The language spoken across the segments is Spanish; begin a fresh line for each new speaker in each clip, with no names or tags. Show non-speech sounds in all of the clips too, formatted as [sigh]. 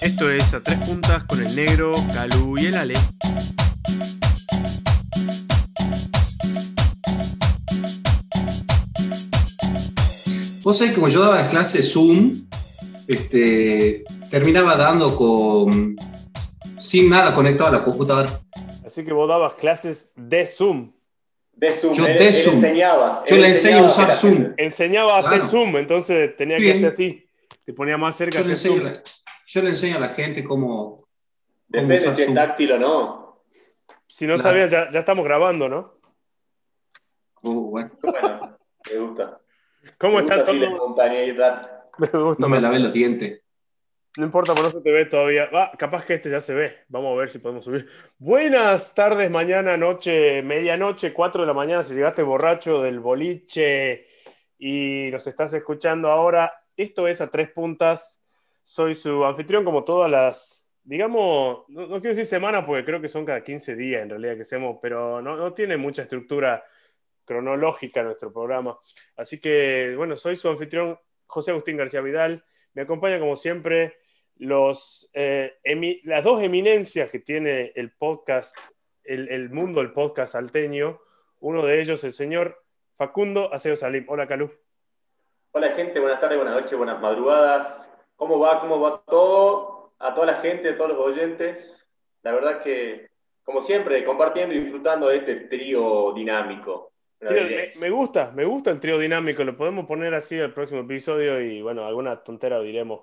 Esto es A Tres Puntas con el Negro, Calú y el Ale.
Vos sabés que cuando yo daba las clases Zoom, este, terminaba dando con sin nada conectado a la computadora.
Así que vos dabas clases de Zoom.
De Zoom.
Yo
él-
de
él
Zoom.
enseñaba.
Yo
él
le enseño a
enseñaba
usar
la gente.
Zoom.
Enseñaba a hacer
Claro.
Zoom, entonces tenía
Sí.
que hacer así. Te ponía más cerca
Yo
a
le
hacer
enseño,
Zoom.
a la- yo le enseño a la gente cómo.
Depende
usar
si es
Zoom.
táctil o no.
Si no
Claro.
sabías, ya, ya estamos grabando, ¿no?
cómo- bueno,
Bueno, me gusta.
[laughs] ¿Cómo
me
están
gusta así la
todos?
espontaneidad.
[laughs] Me gusta,
no me
me-
lavé los dientes.
No importa, por no se te ve todavía. Ah, capaz que este ya se ve. Vamos a ver si podemos subir. Buenas tardes, mañana, noche, medianoche, 4 de la mañana. Si llegaste borracho del boliche y nos estás escuchando ahora, esto es A Tres Puntas. Soy su anfitrión, como todas las, digamos, no, no quiero decir semana porque creo que son cada 15 días en realidad que hacemos, pero no, no tiene mucha estructura cronológica nuestro programa. Así que, bueno, soy su anfitrión, José Agustín García Vidal. Me acompaña, como siempre, los, eh, emi- las dos eminencias que tiene el podcast, el, el mundo del podcast salteño. Uno de ellos, el señor Facundo Aceo Salim. Hola, Calú.
Hola gente, buenas tardes, buenas noches, buenas madrugadas. ¿Cómo va? ¿Cómo va todo? A toda la gente, a todos los oyentes. La verdad que, como siempre, compartiendo y disfrutando de este trío dinámico. Una
Trío- Me,
belleza.
me gusta, me gusta el trío dinámico. Lo podemos poner así al próximo episodio y, bueno, alguna tontera lo diremos.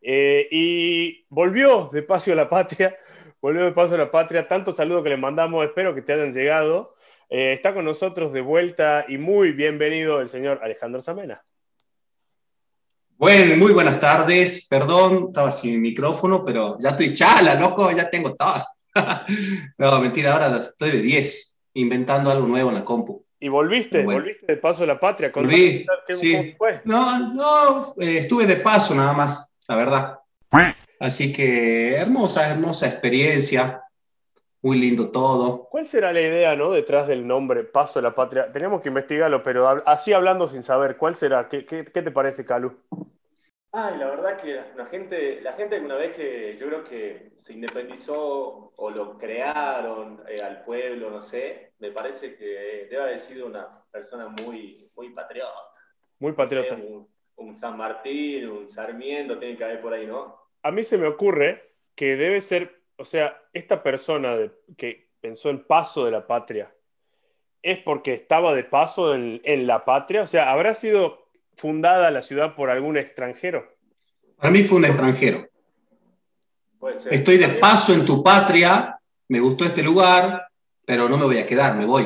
Eh, y volvió de paso a la patria, [laughs] volvió de paso a la patria. Tantos saludos que le mandamos, espero que te hayan llegado. Eh, está con nosotros de vuelta y muy bienvenido el señor Alejandro Zamena.
Bueno, muy buenas tardes. Perdón, estaba sin micrófono, pero ya estoy chala, loco, ya tengo todo. [laughs] no, mentira, ahora estoy de 10, inventando algo nuevo en la compu.
Y volviste,
Bueno.
volviste de paso a la patria. Contá
Volví,
qué-
sí.
cómo fue.
No, no, eh, estuve de paso nada más, la verdad. Así que hermosa, hermosa experiencia. Muy lindo todo.
¿Cuál será la idea ¿no? detrás del nombre Paso a la Patria? Teníamos que investigarlo, pero hab- así hablando sin saber, ¿cuál será? ¿Qué, qué- qué te parece, Calu?
Ay, la verdad que la, la gente, la gente una vez que yo creo que se independizó o lo crearon eh, al pueblo, no sé, me parece que debe haber sido una persona muy, muy patriota.
Muy
No sé,
patriota.
un, un San Martín, un Sarmiento, tiene que haber por ahí, ¿no?
A mí se me ocurre que debe ser, o sea, esta persona de- que pensó en Paso de la Patria, ¿es porque estaba de paso en, en la patria? O sea, ¿habrá sido fundada la ciudad por algún extranjero?
Para mí fue un extranjero.
Puede ser.
Estoy de paso en tu patria, me gustó este lugar, pero no me voy a quedar, me voy.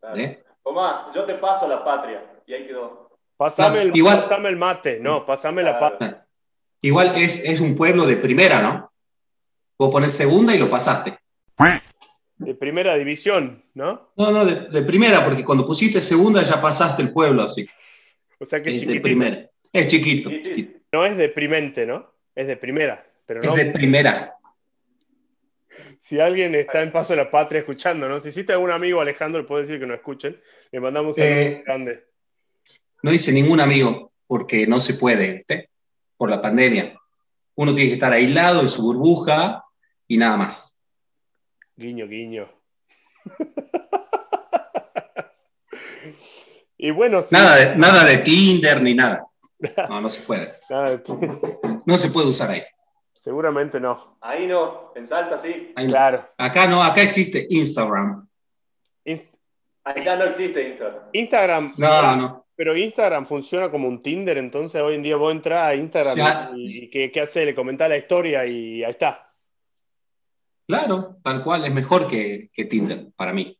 Claro.
¿eh?
Tomá, yo te paso la patria. Y ahí quedó.
Pásame, el,
Igual-
pásame el mate, no, pásame la
Claro.
patria.
Igual es, es un pueblo de primera, ¿no? Vos ponés segunda y lo pasaste.
de primera división, ¿no?
No, no, de, de primera, porque cuando pusiste segunda ya pasaste el pueblo, así.
O sea que
Es de
chiquitito.
primera. Es chiquito.
Sí, sí.
chiquito.
No es deprimente, ¿no? Es de primera. Pero
Es
no,
de primera.
si alguien está en paso de la patria escuchando, ¿no? Si hiciste algún amigo Alejandro, puede decir que no escuchen. Le mandamos un saludo
Eh.
grande.
No hice ningún amigo porque no se puede, ¿viste? Por la pandemia. Uno tiene que estar aislado en su burbuja y nada más.
Guiño, guiño. [laughs] y bueno, sí,
Nada de, nada de Tinder ni nada. No, no se puede.
nada de-
No se puede usar ahí.
[laughs] seguramente no.
Ahí no, en Salta sí.
Ahí no.
Claro.
Acá no, acá existe Instagram.
In-
Allá no existe Instagram.
Instagram,
No, no.
pero Instagram funciona como un Tinder, entonces hoy en día vos entras a Instagram
Ya.
y, y ¿qué, qué hace? Le comentás la historia y ahí está.
Claro, tal cual, es mejor que, que Tinder para mí.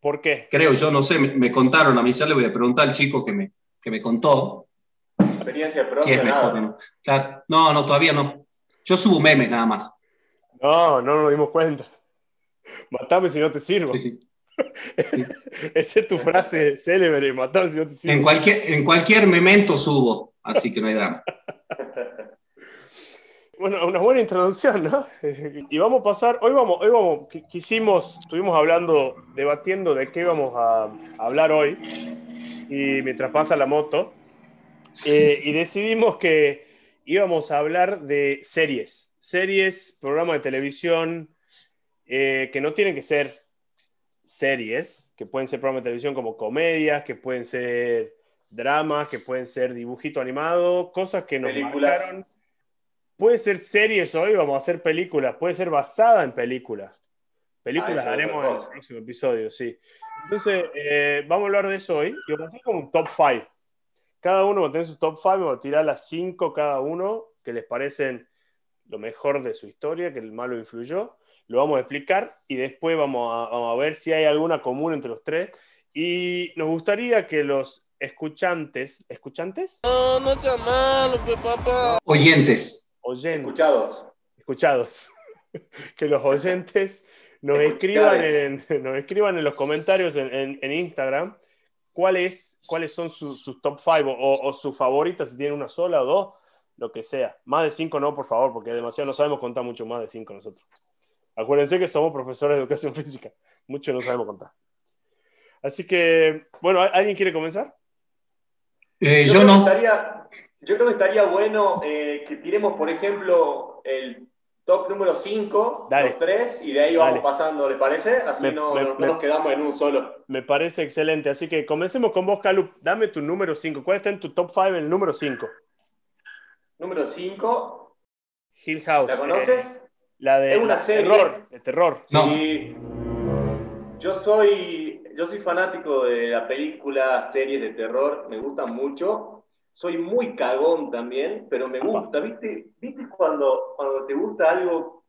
¿Por qué?
Creo, yo no sé, me, me contaron a mí, ya le voy a preguntar al chico que me, que me contó
Experiencia
si
propia,
es mejor
nada.
o no. Claro, no, no, todavía no. Yo subo memes nada más.
No, no nos dimos cuenta. Matame si no te sirvo.
Sí, sí.
Esa es tu frase célebre, matame si no te
En,
sirvo.
cualquier, en cualquier momento subo, así que no hay drama.
Bueno, una buena introducción, ¿no? [laughs] y vamos a pasar, hoy vamos, hoy vamos, qui- quisimos, estuvimos hablando, debatiendo de qué vamos a hablar hoy, y mientras pasa la moto, eh, y decidimos que íbamos a hablar de series, series, programa de televisión, eh, que no tienen que ser series, que pueden ser programas de televisión como comedias, que pueden ser dramas, que pueden ser dibujito animado, cosas que nos
Películas.
marcaron. Puede ser series hoy, vamos a hacer películas, puede ser basada en películas.
Ah,
Películas
eso es
haremos
otra
en el
cosa.
próximo episodio, sí. Entonces, eh, vamos a hablar de eso hoy y vamos a hacer como un top 5. Cada uno va a tener su top 5, vamos a tirar las 5 cada uno que les parecen lo mejor de su historia, que el malo influyó. Lo vamos a explicar y después vamos a, vamos a ver si hay alguna común entre los tres. Y nos gustaría que los escuchantes, ¿escuchantes?
Oyentes.
Oyentes,
Escuchados.
escuchados, [laughs] que los oyentes nos escriban en, [laughs]
Escuchades.
nos escriban en los comentarios en, en- en Instagram cuál es- cuáles son su- sus top 5 o, o sus favoritas, si tienen una sola o dos, lo que sea. Más de cinco no, por favor, porque demasiado no sabemos contar mucho más de cinco nosotros. Acuérdense que somos profesores de educación [laughs] física, mucho no sabemos contar. Así que, bueno, ¿al- ¿alguien quiere comenzar?
Eh,
Yo,
yo
creo que
no.
estaría- yo creo que estaría bueno eh, que tiremos, por ejemplo, el top número 5,
Dale.
los tres, y de ahí
Dale.
vamos pasando, ¿les parece? Así
Me-
no,
me-
no
me-
nos quedamos en un solo.
Me parece excelente, así que comencemos con vos, Calu. Dame tu número 5. ¿Cuál está en tu top 5, el número 5?
Número 5,
Hill House.
¿la
eh,
conoces?
la de
Es una
la-
serie.
terror, de terror.
No.
Sí. Yo soy, yo soy fanático de la película, series de terror, me gustan mucho. Soy muy cagón también, pero me gusta, ¿viste? ¿Viste cuando, cuando te gusta algo,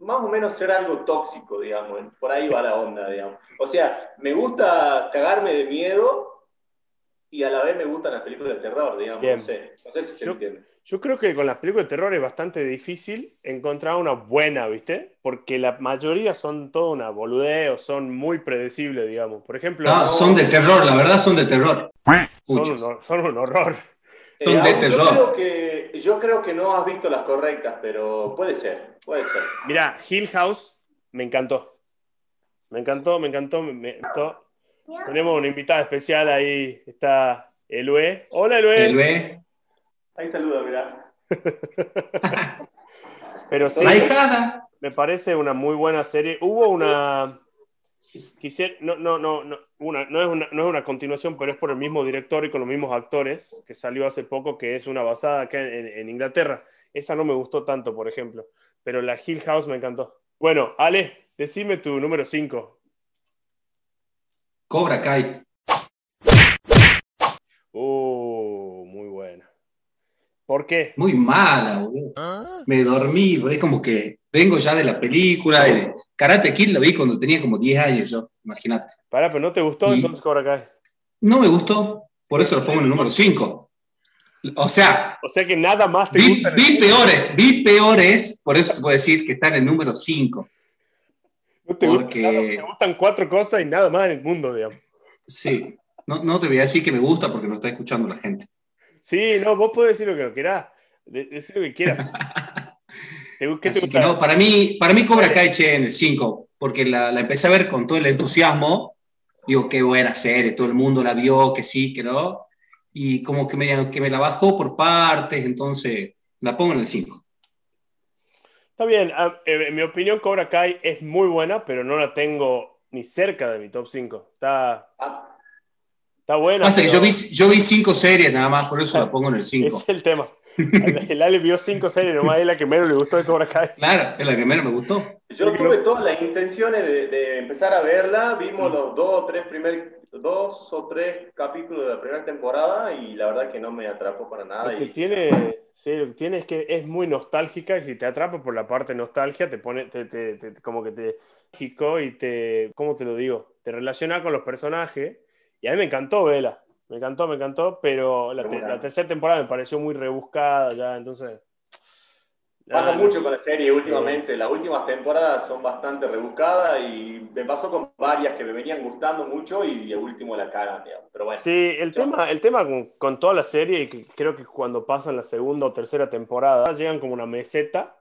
más o menos ser algo tóxico, digamos? Por ahí va la onda, digamos. O sea, me gusta cagarme de miedo y a la vez me gustan las películas de terror, digamos.
Bien.
No sé, no sé si se
Yo-
entiende.
Yo creo que con las películas de terror es bastante difícil encontrar una buena, ¿viste? Porque la mayoría son toda una boludez o son muy predecibles, digamos. Por ejemplo,
Ah,
no,
son de terror, la verdad son de terror.
son
Muchos.
un, hor- son un horror.
Son de
Eh, yo
terror.
creo que- yo creo que no has visto las correctas, pero puede ser, puede ser.
Mirá, Hill House me encantó. Me encantó, me encantó, me me encantó. Tenemos una invitada especial ahí, está Elue. Hola Elue.
El B.
Ahí saluda, mirá.
Pero sí,
La hijada.
me parece una muy buena serie. Hubo una. Quisiera, no, no, no, no, una, no, es una, no es una continuación, pero es por el mismo director y con los mismos actores que salió hace poco, que es una basada acá en, en Inglaterra. Esa no me gustó tanto, por ejemplo. Pero la Hill House me encantó. Bueno, Ale, decime tu número 5.
Cobra Kai.
Uh, muy buena. ¿Por qué?
Muy mala, boludo. Me dormí, boludo. Es como que vengo ya de la película. y de- Karate Kid lo vi cuando tenía como 10 años, yo. Imagínate.
Pará, pero no te gustó
Y-
entonces Cobra Kai.
No me gustó. Por eso lo pongo en el número 5. O sea,
O sea que nada más te
vi,
gusta. en el-
vi peores. Vi peores. Por eso te puedo decir que está en el número 5.
no te gusta
porque-
nada, te gustan cuatro cosas y nada más en el mundo, digamos.
Sí. No, no te voy a decir que me gusta porque lo está escuchando la gente.
Sí, no, vos podés decir lo que querás. De- decir lo que
[laughs]
quieras. ¿Te, gu- ¿Qué te
Así
gusta?
que no, para mí, para mí Cobra Kai che, en el 5, porque la, la empecé a ver con todo el entusiasmo. Digo, qué buena serie, todo el mundo la vio, que sí, que no. Y como que me, que me la bajó por partes, entonces la pongo en el 5.
Está bien, ah, eh, en mi opinión Cobra Kai es muy buena, pero no la tengo ni cerca de mi top 5. Está,
Ah,
está buena.
Pasa que
pero
yo vi, yo vi 5 series nada más, por eso la pongo en el 5.
Ah, Es el tema. [laughs] El el Ale vio cinco series, nomás es la que menos le gustó de Cobra Kai.
Claro, es la que menos me gustó.
yo tuve todas las intenciones de, de empezar a verla, vimos los dos o tres primer, dos o tres capítulos de la primera temporada y la verdad que no me atrapó para nada.
Lo que
Y,
tiene, sí, lo que tiene es que es muy nostálgica y si te atrapa por la parte nostalgia, te pone, te, te- te- como que te chico y te, ¿cómo te lo digo? Te relaciona con los personajes. Y a mí me encantó Vela, me encantó, me encantó, pero la, te- la tercera temporada me pareció muy rebuscada ya, entonces...
pasa
Ah,
mucho con la serie últimamente, las últimas temporadas son bastante rebuscadas y me pasó con varias que me venían gustando mucho y el último la cagan, digamos. Pero bueno,
Sí, el
Chao.
tema, el tema con, con toda la serie, y que creo que cuando pasan la segunda o tercera temporada, llegan como una meseta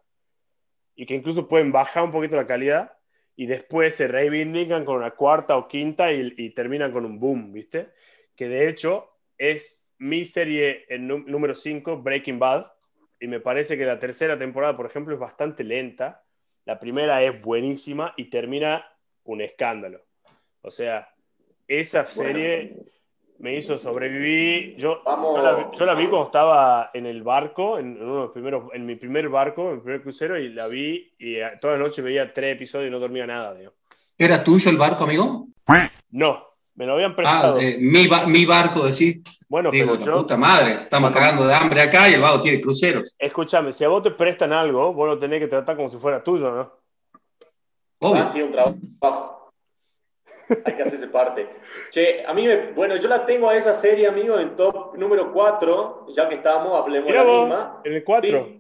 y que incluso pueden bajar un poquito la calidad y después se reivindican con una cuarta o quinta y, y terminan con un boom, ¿viste? Que de hecho es mi serie en nú- número 5, Breaking Bad, y me parece que la tercera temporada, por ejemplo, es bastante lenta. La primera es buenísima y termina un escándalo. O sea, esa serie me hizo sobrevivir. Yo,
Vamos.
yo, la, vi- yo la vi cuando estaba en el barco, en, uno de los primeros, en mi primer barco, en mi primer crucero, y la vi y eh, toda la noche veía tres episodios y no dormía nada. digo.
¿Era tuyo el barco, amigo?
No, me lo habían
Ah,
prestado.
eh, mi, ba- mi barco, decís.
bueno,
Digo,
pero
la
yo,
puta madre, estamos cagando de hambre acá y el vago tiene cruceros.
escúchame, si a vos te prestan algo, vos lo tenés que tratar como si fuera tuyo, ¿no? Ah,
Ha
Obvio.
sido un trabajo. [laughs] Hay que hacerse parte. Che, a mí, me- bueno, yo la tengo a esa serie, amigo, en top número 4, ya que estamos, hablemos de
Mira
la
vos,
misma.
en el 4.
Sí,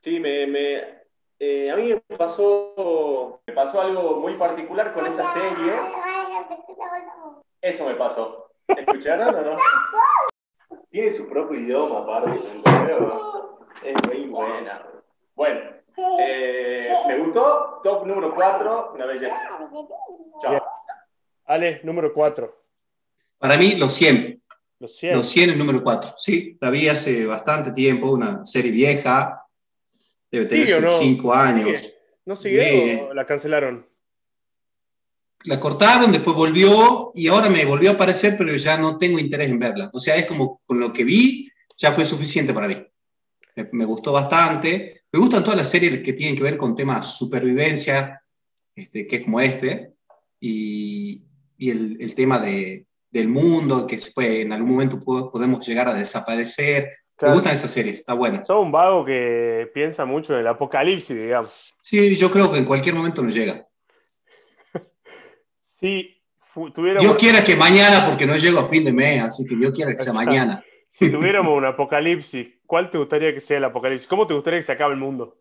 Sí, me, me- eh, a mí me pasó, me pasó algo muy particular con esa serie. Eso me pasó. ¿Escucharon o no? Tiene su propio idioma, aparte. pero Es muy buena. Bueno, eh, me gustó. Top número 4, una belleza. Chao.
Bien. Ale, número 4.
Para mí, los 100.
Lo siento.
Los 100, el número 4. Sí, la vi hace bastante tiempo, una serie vieja. Debe
¿Sigue
tener
o no?
sus 5 años.
¿Sigue? ¿No sigue
Sí.
o la cancelaron?
La cortaron, después volvió y ahora me volvió a aparecer, pero ya no tengo interés en verla. O sea, es como con lo que vi, ya fue suficiente para mí. Me, me gustó bastante. Me gustan todas las series que tienen que ver con temas supervivencia, este, que es como este, y, y el, el tema de, del mundo, que fue, en algún momento po- podemos llegar a desaparecer. Me gustan esas series, está buena.
Sos un vago que piensa mucho en el apocalipsis, digamos.
Sí, yo creo que en cualquier momento nos llega.
Si fu- tuviéramos,
Dios quiera que mañana, porque no llego a fin de mes, así que Dios quiera que sea mañana.
si tuviéramos un apocalipsis, ¿cuál te gustaría que sea el apocalipsis? ¿Cómo te gustaría que se acabe el mundo?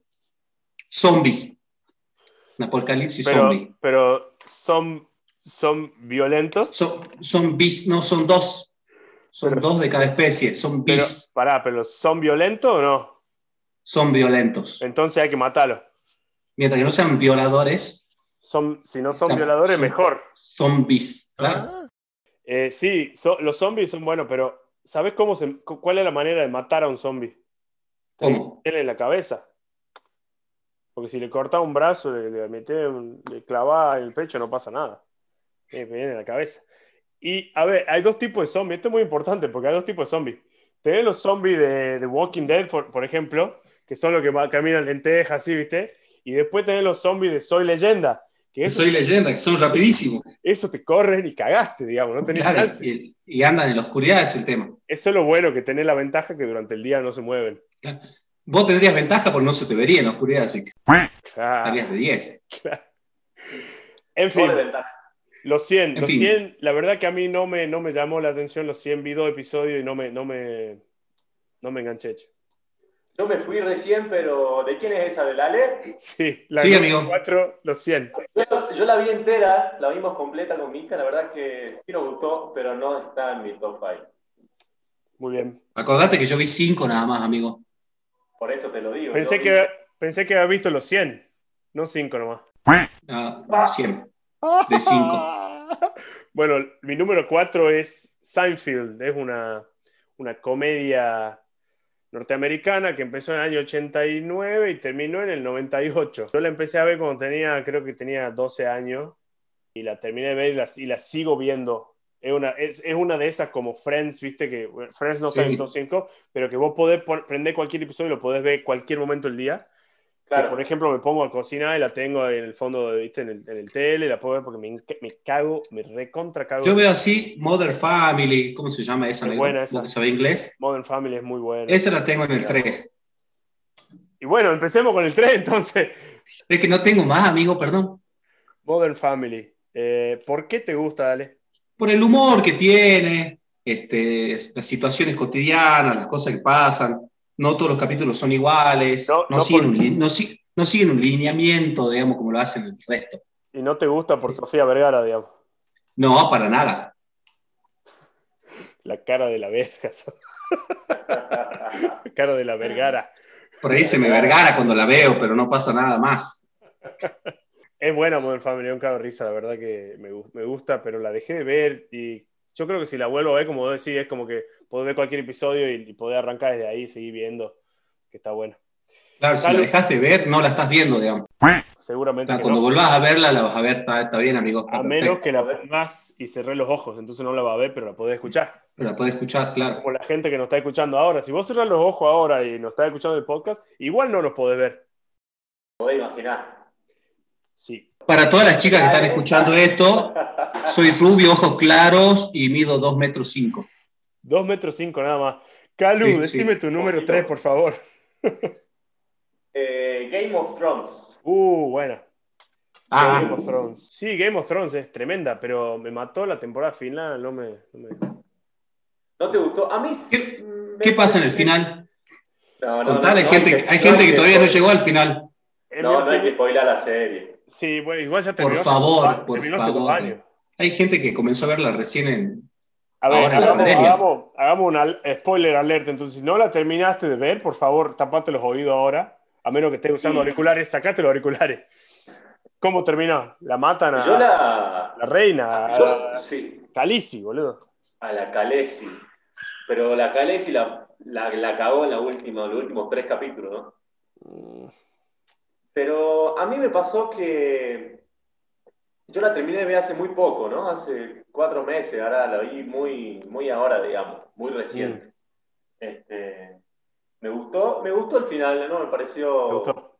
Zombie. Un apocalipsis
Pero,
zombie.
pero son, son violentos.
Son, son bis, no, son dos. Son
Pero-
dos de cada especie. Son
Pero,
bis,
pará, pero ¿son violentos o no?
son violentos.
Entonces hay que matarlos.
Mientras que no sean violadores,
Son, si no son
Son-
violadores,
son-
mejor.
son bis. Claro.
Eh, sí, so- los zombies son buenos, pero ¿sabes cómo se, cu- cuál es la manera de matar a un zombie?
¿Cómo?
Tiene en la cabeza. Porque si le corta un brazo, le, le metés un- le clavás en el pecho, no pasa nada. Tiene que venir en la cabeza. Y a ver, hay dos tipos de zombies. Esto es muy importante porque hay dos tipos de zombies. Tenés los zombies de, de Walking Dead, por, por ejemplo, que son los que va- caminan lentejas, así, ¿viste? Y después tenés los zombies de Soy Leyenda, que eso,
Soy leyenda, que son rapidísimos.
eso te corren y cagaste, digamos, no tenés
Claro,
chance.
y, y andan en la oscuridad, es el tema.
Eso es lo bueno, que tenés la ventaja que durante el día no se mueven.
Vos tendrías ventaja porque no se te vería en la oscuridad, así que
Claro.
estarías de 10.
Ah, En fin,
Doble ventaja.
los 100,
En
los
fin.
100, la verdad que a mí no me, no me llamó la atención los 100, vi dos episodios y no me, no me, no me enganché. [laughs] che.
Yo me fui recién, pero ¿de quién es esa? ¿Del Ale?
Sí, la
Sí,
número
amigo.
cuatro, los 100.
Yo, yo la vi entera, la vimos completa con Mica, la verdad que sí nos gustó, pero no está en mi top 5.
Muy bien.
Acordate que yo vi cinco nada más, amigo.
Por eso te lo digo.
Pensé
yo vi-
que, pensé que había visto los 100, no 5 nomás.
Ah, siempre. De cinco.
[laughs] Bueno, mi número 4 es Seinfeld. Es una, una comedia norteamericana que empezó en el año 89 y terminó en el 98. Yo la empecé a ver cuando tenía, creo que tenía 12 años y la terminé de ver y la, y la sigo viendo. Es una, es, es una de esas como Friends, viste que bueno, Friends no está
Sí.
en top 5, pero que vos podés pon- prender cualquier episodio y lo podés ver cualquier momento del día. Que,
Claro, [laughs]
por ejemplo, me pongo a cocinar y la tengo en el fondo, de- ¿viste? En el, en el tele, la puedo ver porque me, enca- me cago, me recontra cago.
Yo veo así Mother Family, ¿cómo se llama esa?
Es
negro?
buena esa.
¿Vos que sabés inglés?
Modern Family es muy buena.
Esa la tengo en el 3.
Y bueno, empecemos con el 3 [laughs] entonces.
Es que no tengo más, amigo, perdón.
Modern Family. Eh, ¿Por qué te gusta, Ale?
Por el humor que tiene, este, las situaciones cotidianas, las cosas que pasan. No todos los capítulos son iguales.
No,
No,
no
siguen,
por-
un, li- no si- no siguen un lineamiento, digamos, como lo hacen el resto.
Y no te gusta por Sofía Vergara, digamos.
No, para nada.
La cara de la verga. [laughs]
ah,
La cara de la Vergara.
Por ahí se me vergara cuando la veo, pero no pasa nada más.
Es buena Modern Family, un cago de risa, la verdad que me, gu- me gusta, pero la dejé de ver y yo creo que si la vuelvo a ver, como vos decís, es como que puedo ver cualquier episodio y, y poder arrancar desde ahí y seguir viendo. que está buena.
Claro, si
Dale.
la dejaste ver, no la estás viendo, digamos.
Seguramente.
Claro,
que
cuando
no.
volvás a verla, la vas a ver, está, está bien, amigo. está
A menos
perfecto.
que la pongas y cerré los ojos, entonces no la va a ver, pero la podés escuchar.
Pero la podés escuchar, claro.
Como la gente que nos está escuchando ahora. Si vos cerrás los ojos ahora y nos estás escuchando el podcast, igual no nos podés ver.
Podés imaginar.
Sí.
Para todas las chicas que están escuchando esto, soy rubio, ojos claros y mido 2 metros 5.
Dos metros cinco nada más. Calu,
Sí, sí.
decime tu número
Poquito.
tres, por favor.
[laughs] Eh, Game of Thrones.
Uh, buena. Game
Ah,
of Thrones. Sí, Game of Thrones es tremenda, pero me mató la temporada final. No me, no me-
¿No te gustó? A mí
¿Qué-
me-
¿qué pasa en el final?
No, no,
Contale,
no, no
gente,
que-
hay gente que
que
todavía no
spoil-
llegó al final.
En mi
No, no hay
opinión-
que spoilar la serie.
Sí, bueno, igual ya
Por
terminó. hace
favor,
dos años-
por
terminó hace dos
favor.
años.
Hay gente que comenzó a verla recién en...
A ver,
Ahora en la
hagamos,
pandemia.
hagamos, hagamos un al- spoiler alert. Entonces, si no la terminaste de ver, por favor, tapate los oídos ahora. A menos que estés usando
Sí.
auriculares, sacate los auriculares. ¿Cómo terminó? La matan a
Yo la.
la reina, a
Yo, sí,
Khaleesi, boludo.
a la Calesi. Pero la Calesi la, la, la cagó en la última, los últimos tres capítulos, ¿no? Pero a mí me pasó que yo la terminé de ver hace muy poco, ¿no? Hace cuatro meses, ahora la vi muy, muy ahora, digamos, muy
Mm.
reciente. Este, me gustó, me gustó el final, ¿no? Me pareció.
¿Te gustó?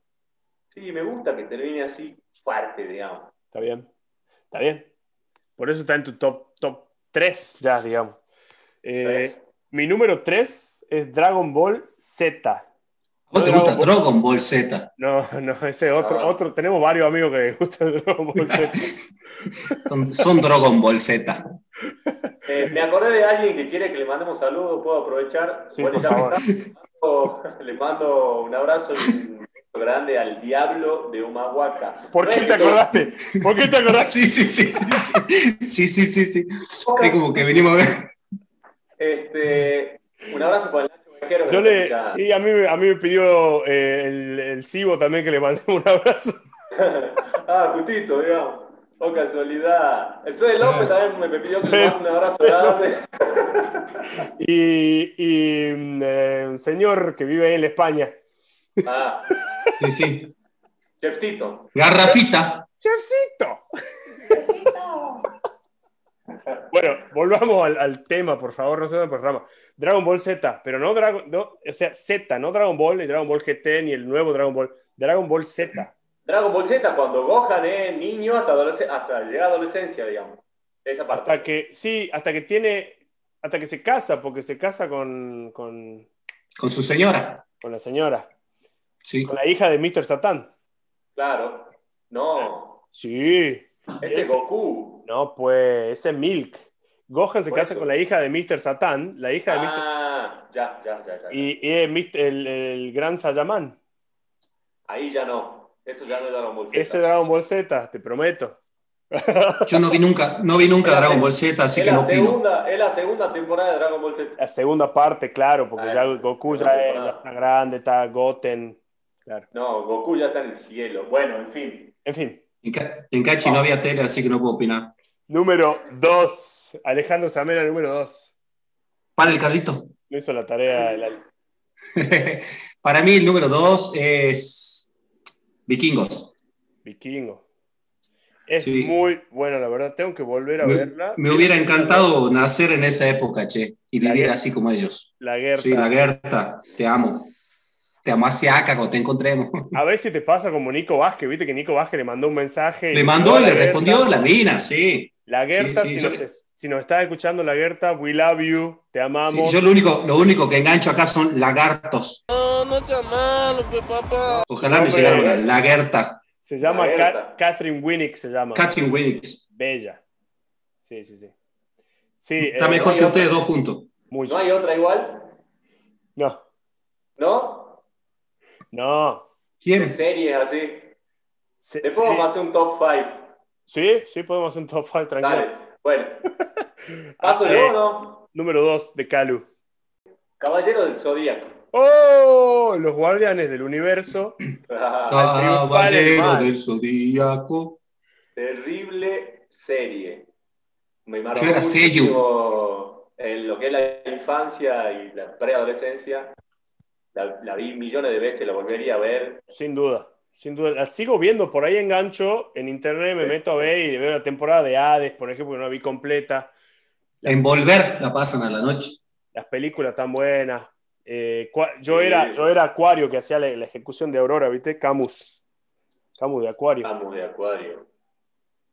Sí, me gusta que termine así fuerte, digamos.
Está bien. Está bien. Por eso está en tu top, top 3, ya, digamos. Eh, mi número 3 es Dragon Ball Z.
¿Vos te gusta Dragon Ball Z?
No, no, ese otro,
Ah.
otro. Tenemos varios amigos que les gusta [laughs] Dragon Ball Z.
Son, son Dragon
[laughs]
Ball Z.
Eh, me acordé de alguien que quiere que le mandemos saludos, puedo aprovechar.
Sí,
Bueno,
por
ya que
favor.
estamos, le mando un abrazo y un beso grande al diablo de Humahuaca.
¿Por qué te acordaste? ¿Por qué te
[laughs]
acordaste?
Sí, sí, sí, sí, sí, sí, sí, sí, sí. Es como que venimos a ver.
Este, un abrazo para el Nacho Vejero. que
Yo
nos
le,
escucha.
sí, a mí, me- a mí me pidió eh, el, el Cibo también que le mandé un [laughs] abrazo.
[laughs] Ah, Tutito, digamos. Oh, casualidad. El Fede López también me, me pidió que le
Fede-
mande un abrazo grande.
Y, y, mm, eh, un señor que vive ahí en la España.
Ah,
Sí, sí.
Chef Tito.
Garrafita.
¡Chercito! bueno, volvamos al, al tema, por favor, no se vayan por rama. Dragon Ball Z, pero no Dragon, no, o sea, Z, no Dragon Ball, ni Dragon Ball GT, ni el nuevo Dragon Ball, Dragon Ball Z.
Dragon Ball Z, cuando Gohan es niño hasta, adolesc- hasta llega a adolescencia, digamos. Esa parte.
Hasta que, sí, hasta que tiene, hasta que se casa, porque se casa con, con,
Con su señora.
con la señora,
Sí.
con la hija de Mr. Satán.
Claro. No.
Sí,
Ese es
Ese-
Goku.
no, pues ese es Milk. Gohan se
Por
casa
eso.
con la hija de Mr. Satán, la hija de Mr.
Ah, ya, ya, ya. ya.
Y, y es Mr. el, el gran Sayaman.
Ahí ya no. Eso ya no es Dragon Ball Z.
Ese Dragon Ball Z, te prometo.
Yo no vi nunca, no vi nunca Dragon Ball Z, así
es,
que
la
no opino.
segunda, es la segunda temporada de Dragon Ball Z.
La segunda parte, claro, porque
Ah,
ya Goku
segunda
ya, es-
temporada.
ya está grande, está Goten. Claro.
No, Goku ya está en el cielo. Bueno, en fin.
En fin,
En, Ca- en Cachi
Ah.
no había tele, así que no puedo opinar.
número 2. Alejandro Samena, número 2.
Para el carrito.
No hizo la tarea. el Ale.
[laughs] Para mí el número dos es Vikingos.
Vikingo. Es
Sí.
muy bueno, la verdad. Tengo que volver a
Me-
verla.
Me hubiera encantado nacer en esa época, che, y vivir así como ellos.
La guerra.
Sí, la Gerta, te amo. Te amo hacia acá cuando te encontremos.
A ver si te pasa como Nico Vázquez. Viste que Nico Vázquez le mandó un mensaje.
Le mandó y
La
le
Gerta-
respondió la mina, sí.
La Gerta,
Sí, sí,
si,
yo-
nos, si nos estás escuchando, la Gerta, we love you. Te
Sí,
amamos.
Yo lo único, lo único que engancho acá son lagartos. Ojalá me
Hombre.
llegara una lagerta.
Se llama
La Gerta.
Ca- Catherine Winnick, se llama.
Catching Winnicks.
Bella. Sí, sí, sí. Sí,
Está
eh,
mejor
no,
que
yo-
ustedes dos juntos.
mucho.
¿No hay otra igual?
No,
¿No?
no.
¿Qué
¿Quién?
series así?
Se-
Después vamos a hacer un top 5.
sí, sí, podemos hacer un top 5 tranquilo.
Dale. Bueno, paso
Ah,
yo
eh,
o no.
Número 2 de Calu.
Caballero del Zodíaco.
¡Oh! Los guardianes del universo.
Ah,
triunfar el
Caballero
mal.
del Zodíaco.
Terrible serie. Me marcó
Yo era seiyuu.
muchísimo en lo que es la infancia y la preadolescencia. La, la vi millones de veces, la volvería a ver.
Sin duda, sin duda. La sigo viendo por ahí engancho. En internet me
Sí.
meto a ver y veo la temporada de Hades, por ejemplo, que no la vi completa.
En Volver la pasan a la noche.
Las películas tan buenas. Eh, cua- yo,
Sí.
era, yo era Acuario que hacía la, la ejecución de Aurora, ¿viste? Camus. Camus de Acuario.
Vamos de Acuario.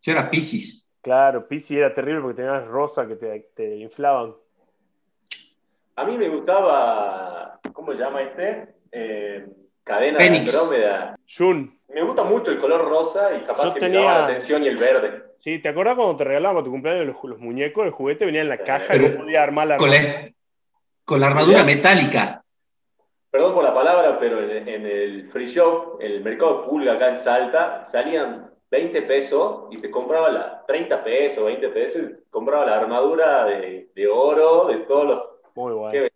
Yo era Piscis.
Claro, Pisi era terrible porque tenías rosa que te, te inflaban.
A mí me gustaba, ¿cómo se llama este? Eh, cadena
Fénix.
de Andrómeda.
Jun,
Me gusta mucho el color rosa y capaz
Yo
que
tenía-
me llama la atención y el verde.
¿sí? ¿te acordás cuando te regalaban para tu cumpleaños los, los muñecos? El juguete venía en la
Sí.
caja y no
Pero-
podía armar la
Con la, con la armadura metálica.
Perdón por la palabra, pero en, en el free shop, en el mercado de pulga acá en Salta, salían 20 pesos y te compraba la 30 pesos, 20 pesos, y compraba la armadura de, de oro, de todos los
Muy bueno.
Qué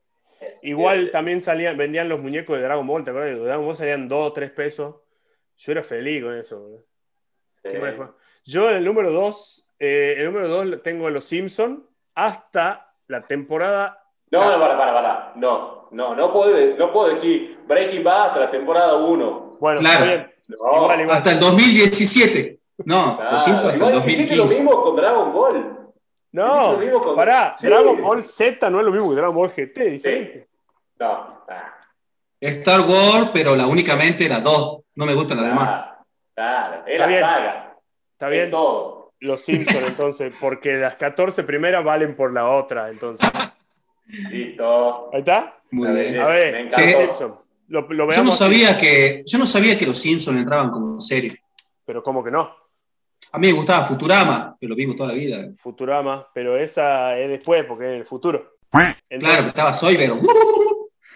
Eh,
Igual también salían, vendían los muñecos de Dragon Ball, ¿te acuerdas? De Dragon Ball salían 2 o 3 pesos. Yo era feliz con eso. boludo.
Eh,
Qué maravilla. Yo en el número 2, el número 2 tengo a los Simpsons hasta la temporada.
No, no, para, para, para. No, no, no puedo, de- no puedo decir Breaking Bad hasta la temporada 1.
Bueno, está
Claro.
bien.
No,
Igual, igual.
Hasta el 2017. No,
Claro,
los Simpsons hasta el
igual hiciste lo
2015.
mismo con Dragon Ball. Hiciste lo
No,
mismo con-
pará,
Sí.
Dragon Ball Z no es lo mismo que Dragon Ball GT, es diferente.
No, ah,
Star Wars, pero la únicamente las dos. No me gustan las demás.
ah, claro, es
Está
la
bien.
saga.
Está
es
bien,
todo.
los Simpsons entonces, porque las 14 primeras valen por la otra, entonces.
Listo.
Ahí está.
Muy
La
bien.
belleza,
A ver,
me
sí.
encantó.
Simpson. Lo, lo
Yo no
veamos. así,
sabía que, yo no sabía que los Simpsons entraban como serie.
Pero como que no.
A mí me gustaba Futurama, que lo vimos toda la vida.
Futurama, pero esa es después, porque es en el futuro.
Claro,
Entonces,
que estaba Soyber.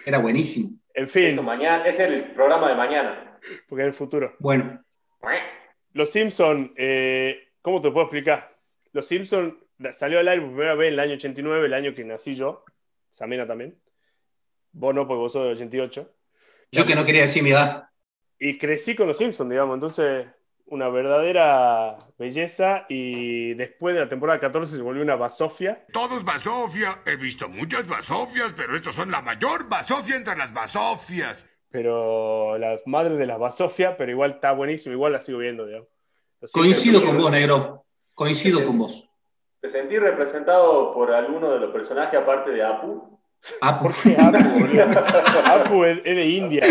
Era buenísimo.
En
Eso
fin,
mañana, es el programa de mañana.
porque es en el futuro.
Bueno,
Los Simpson, eh, ¿cómo te puedo explicar? Los Simpson salió al aire por primera vez en el año 89, el año que nací yo. Samena también. Vos no, porque vos sos del 88.
yo que no quería decir mi edad.
Y crecí con los Simpson, digamos. Entonces, una verdadera belleza. Y después de la temporada 14 se volvió una basofia.
Todos basofia. He visto muchas basofias, pero estos son la mayor basofia entre las basofias.
Pero la madre de las basofias, pero igual está buenísimo. Igual la sigo viendo, digamos. Los Simpson-
Coincido con vos, negro. Coincido con vos.
¿Te sentís representado por alguno de los personajes aparte de Apu?
Ah,
[laughs]
por-
Apu, boludo. Apu es, es de India.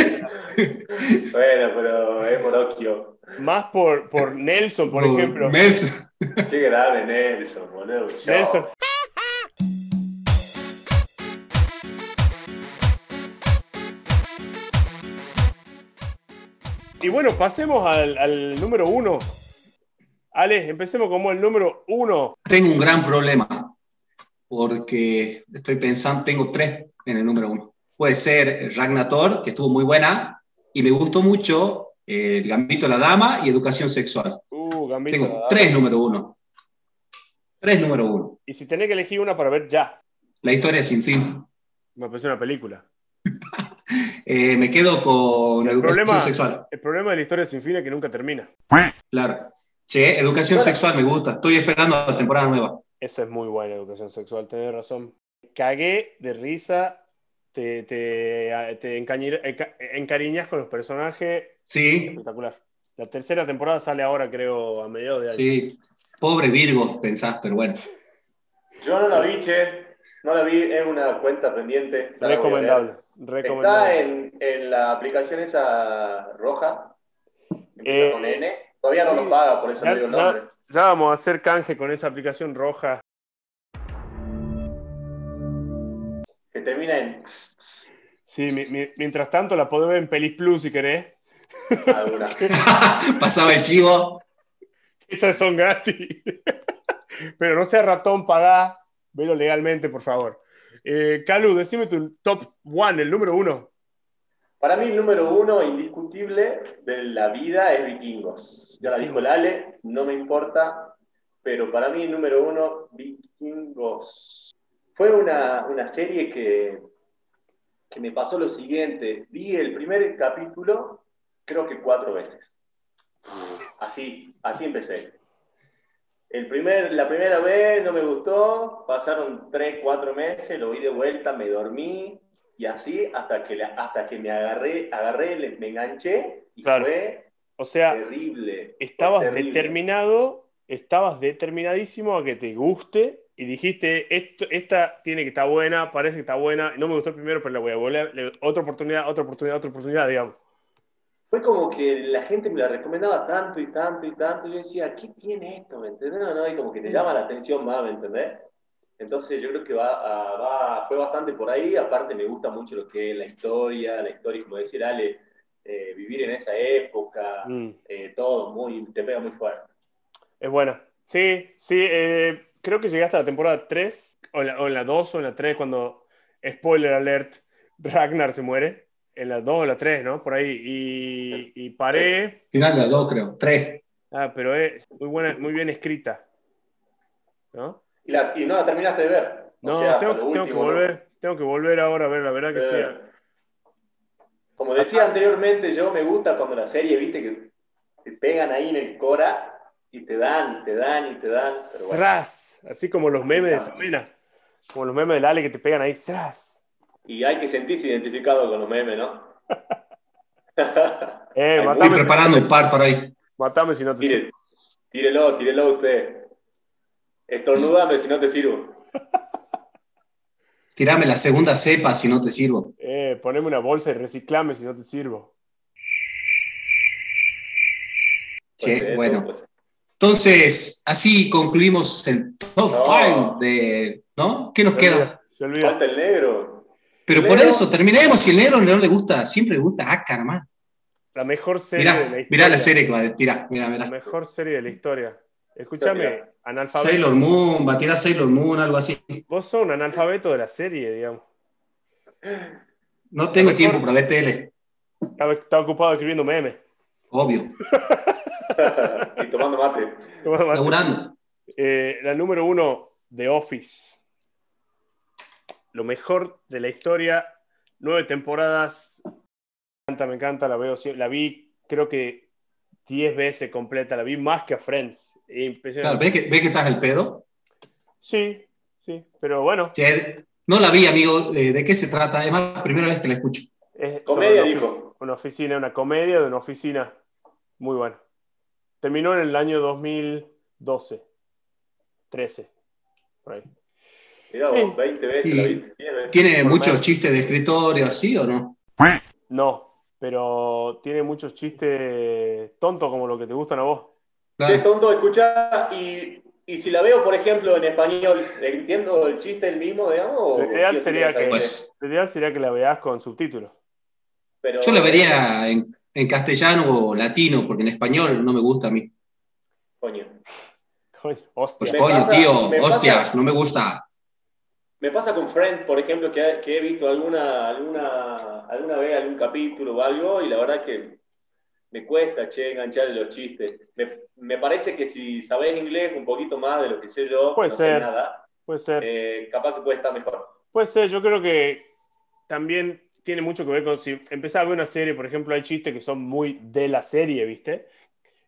Bueno, pero es Morocchio.
Más por, por Nelson, por ejemplo.
Nelson.
Qué grave Nelson, boludo. Yo-
Nelson. Y bueno, pasemos al, al número uno. Alex, empecemos como el número uno.
Tengo un gran problema, porque estoy pensando, tengo tres en el número uno. Puede ser Ragnator, que estuvo muy buena, y me gustó mucho eh, El Gambito de la Dama y Educación Sexual.
Uh, Gambito. la
Tengo
dama.
tres número uno. Tres número uno.
Y si tenés que elegir una para ver ya.
La historia sin fin.
Me parece una película.
Eh, me quedo con
El
Educación
problema-
Sexual.
El problema de la historia sin fin es que nunca termina.
Claro. Che, Educación Sexual me gusta. Estoy esperando la temporada nueva.
Esa es muy buena educación sexual, tenés razón. Cagué de risa, te, te, a- te encañir- enca- encariñas con los personajes,
Sí,
espectacular. La tercera temporada sale ahora, creo, a mediados de año.
sí. Pobre Virgo, pensás, pero bueno. [laughs]
Yo no la vi, che. No la vi, es una cuenta pendiente. No la voy a ver.
recomendable,
Está
recomendable.
en, en la aplicación esa roja. Empieza
Eh,
con N. Todavía no
sí.
lo paga, por eso
Ya-
no digo el
ya-
nombre.
Ya vamos a hacer canje con esa aplicación roja.
Que termina en [laughs]
Sí, mi- mi- mientras tanto la podés ver en Pelis Plus si querés.
alguna.
Pasaba el chivo.
Esas son gratis. [laughs] Pero no sea ratón, pagá, velo legalmente, por favor. Eh, Calu, decime tu top one, el número uno.
Para mí, el número uno indiscutible de la vida es Vikingos. Ya la dijo el Ale, no me importa, pero para mí, el número uno, Vikingos. Fue una, una serie que, que me pasó lo siguiente. Vi el primer capítulo, creo que cuatro veces. Así, así empecé. El primer, la primera vez no me gustó, pasaron tres, cuatro meses, lo vi de vuelta, me dormí, Y así hasta que, la- hasta que me agarré, agarré, le- me enganché y
Claro.
fue
O sea,
terrible.
estabas
terrible.
determinado, estabas determinadísimo a que te guste y dijiste, esto, esta tiene que estar buena, parece que está buena, no me gustó el primero, pero la voy a volver, le- otra oportunidad, otra oportunidad, otra oportunidad, digamos.
Fue como que la gente me la recomendaba tanto y tanto y tanto. Y yo decía, ¿qué tiene esto? ¿Me entendés? No, no, y como que
Mm.
te llama la atención más, ¿me entendés? Entonces yo creo que va, a- va- fue bastante por ahí. Aparte me gusta mucho lo que es la historia, la historia, como decía Ale, eh, vivir en esa época,
Mm.
eh, todo muy, te pega muy fuerte.
Es buena. Sí, sí, eh, creo que llegaste a la temporada 3, o en la, o en la 2 o en la 3, cuando, spoiler alert, Ragnar se muere. En la 2 o la 3, ¿no? Por ahí. Y, y paré.
Final de dos, creo. Tres.
Ah, pero es muy, buena, muy bien escrita. ¿No?
Y, la- y no la terminaste de ver. O
No,
sea,
tengo,
hasta lo
tengo que
último, ¿no?
volver, tengo que volver ahora a ver, la verdad que sí.
Eh, Como decía anteriormente, yo me gusta cuando la serie, viste, que te pegan ahí en el cora y te dan, te dan y te dan. Pero bueno.
¡Zas! Así como los memes de Samena. Como los memes del Ale que te pegan ahí. ¡Zas!
Y hay que sentirse identificado con los memes, ¿no?
Eh,
Hay
Estoy
muy-
matame,
preparando un par por ahí.
matame si no te
Tire- tírelo, tírelo usted. Estornúdame si no te sirvo.
Tirame la segunda cepa si no te sirvo.
Eh, poneme una bolsa y reciclame si no te sirvo.
Che,
Pues, eh,
bueno.
pues,
Entonces, así concluimos el top
No.
5 de. ¿No? ¿Qué nos
Se
queda?
olvida, Se olvida.
falta el negro. [laughs]
Pero por
Leo.
eso, terminemos. Si el negro no le gusta, siempre le gusta acá nomás.
La mejor serie de
Mirá,
la historia.
mirá la serie que va a tirar. Mirá,
La
mirá.
mejor serie de la historia. Escúchame,
Mira.
analfabeto.
Sailor Moon, va a tirar Sailor Moon, algo así.
Vos sos un analfabeto de la serie, digamos.
No tengo
Mejor.
tiempo para ver tele,
Estaba, estaba ocupado escribiendo memes.
obvio.
y tomando mate.
Laburando.
Eh, la número uno, The Office. Lo mejor de la historia. Nueve temporadas. Me encanta, me encanta. La veo, sie- la vi, creo que diez veces completa. La vi más que a Friends.
Claro,
Impresionante.
¿ves que, ves que estás al pedo?
Sí, sí. Pero bueno.
Che, no la vi, amigo. eh, ¿De qué se trata? Es más, primera vez que la escucho.
Es
Comedia,
sobre una,
dijo.
ofici- una oficina, una comedia de una oficina. Muy buena. Terminó en el año 2012. 13. Por ahí.
Mirá vos,
Sí.
20 veces,
Y
la viste, 10 veces.
¿Tiene
Por
eh,
muchos
más.
chistes de escritorio así o no?
No, pero tiene muchos chistes tontos como lo que te gustan a vos.
Che,
Claro.
tonto, escuchá, y, y si la veo, por ejemplo, en español, ¿entiendo el chiste el mismo, digamos? o
Lo ideal
pienso
sería
esa
que-
vez?
Pues
Lo ideal sería que la veas con subtítulos. [laughs]
eh, Pero-
yo la vería en, en castellano o latino, porque en español no me gusta a mí.
Coño.
Coño,
Pues
Hostia.
Me
coño,
pasa-
tío,
me pasa-
hostias, no me gusta.
Me pasa con Friends, por ejemplo, que, que he visto alguna, alguna, alguna vez algún capítulo o algo, y la verdad que me cuesta, che, engancharle los chistes. Me, me parece que si sabés inglés un poquito más de lo que sé yo,
Puede
no sé
ser.
nada,
Puede ser.
eh, capaz que puede estar mejor.
Puede ser, yo creo que también tiene mucho que ver con si empezás a ver una serie, por ejemplo, hay chistes que son muy de la serie, ¿viste?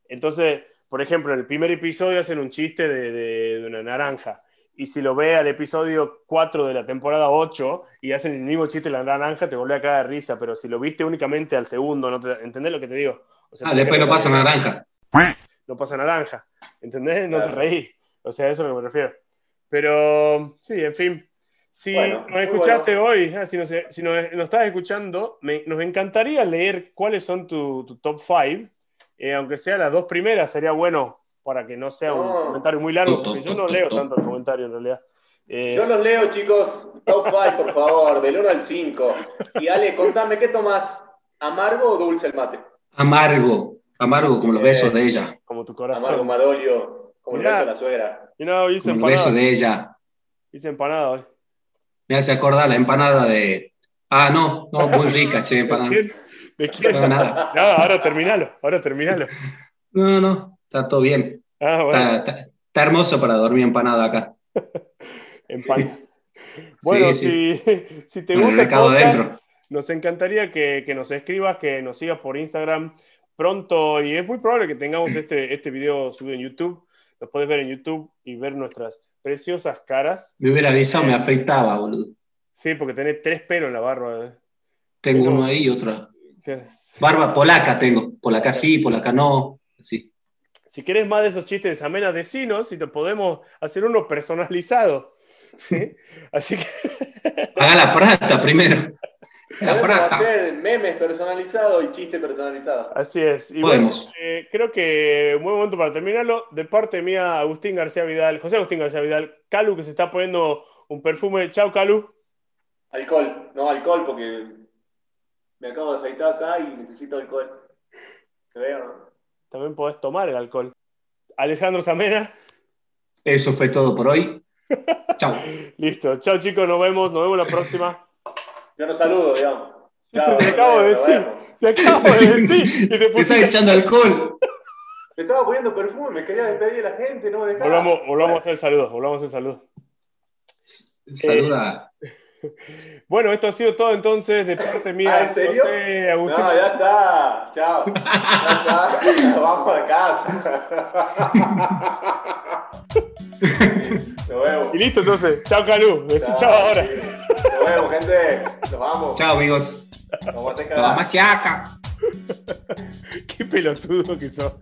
Entonces, por ejemplo, en el primer episodio hacen un chiste de, de- de una naranja. Y si lo ve al episodio 4 de la temporada 8 y hacen el mismo chiste de la naranja, te vuelve a caer de risa. Pero si lo viste únicamente al segundo, no te- ¿entendés lo que te digo? O sea,
Ah,
tenés
después
que
no pasa
tratar-
naranja.
no pasa naranja. ¿Entendés? No te
Claro.
reí. O sea, a eso es a lo que me refiero. Pero, sí, en fin. Si
Bueno,
nos
muy
escuchaste hoy, ah, si, nos, si nos- nos estás escuchando, me- nos encantaría leer cuáles son tu, tu top 5. aunque sea las dos primeras, sería bueno para que no sea un
No.
comentario muy largo, porque yo no leo tanto los comentarios en realidad. Eh,
Yo los leo, chicos. Top 5, por favor, del 1 al 5. Y Ale, contame, ¿qué tomás? ¿Amargo o dulce el mate?
Amargo, amargo como los
Eh,
besos de ella.
como tu
Amargo,
corazón.
marolio, como el
Mirá.
beso de la suegra.
Y no, hice
Como los besos
empanada.
de ella.
Hice empanada hoy.
Me hace acordar la empanada de. Ah, no, no, muy rica,
[laughs]
che,
¿De
empanada.
quién? ¿De quién?
No, nada.
No, ahora terminalo, ahora terminalo.
No, no, está todo bien.
Ah, bueno.
Está, está- está hermoso para dormir empanada acá.
En pan. Bueno,
sí.
Si, [laughs] si te
Con el
gusta el
recado
podcast,
adentro.
nos encantaría que, que nos escribas, que nos sigas por Instagram pronto y es muy probable que
[clears throat]
tengamos este, este video subido en YouTube. Lo puedes ver en YouTube y ver nuestras preciosas caras.
Me hubiera avisado, me afeitaba, boludo.
Sí, porque tenés tres pelos en la barba. ¿eh?
Tengo
Pero-
uno ahí y otro.
¿Qué-
Barba polaca tengo. Polaca sí, polaca no. Sí.
Si querés más de esos chistes de amenas, decinos y te podemos hacer uno
[laughs]
personalizado. ¿Sí? Así que
Haga la plata primero. La
Podemos
plata.
hacer memes personalizados y chistes personalizados.
Así es. Y
Podemos.
bueno, eh, creo que un buen momento para terminarlo. De parte mía, Agustín García Vidal, José Agustín García Vidal, Calu que se está poniendo un perfume. Chau, Calu.
Alcohol, no alcohol porque me acabo de afeitar acá y necesito alcohol. ¿Se ve o no?
También podés tomar el alcohol. Alejandro Zamena.
Eso fue todo por hoy.
[laughs]
Chao.
[laughs] Listo. Chau, chicos. Nos vemos. Nos vemos la próxima.
Yo no saludo, digamos.
Te acabo de
nos
decir.
vemos.
Te acabo
[laughs]
de decir. Pues Y te
Te estás
pusiste-
echando alcohol.
Me estaba poniendo perfume, me quería despedir de la gente, no me dejaba.
Volvamos, volvamos a hacer saludos. Volvamos a hacer saludos. Eh.
Saluda.
Bueno, esto ha sido todo entonces de parte mía.
Ah, ¿en serio?
José
No,
Agustín.
ya está. Chao. Ya está. Vamos a
[laughs]
casa. Nos vemos.
Y listo entonces. Chau, Calu. Decí chau ahora. [laughs]
Nos vemos, gente. Nos vamos.
Chao, amigos.
Nos vamos a hacer
Nos
cagar.
vamos a Chiaca.
Qué pelotudo que sos.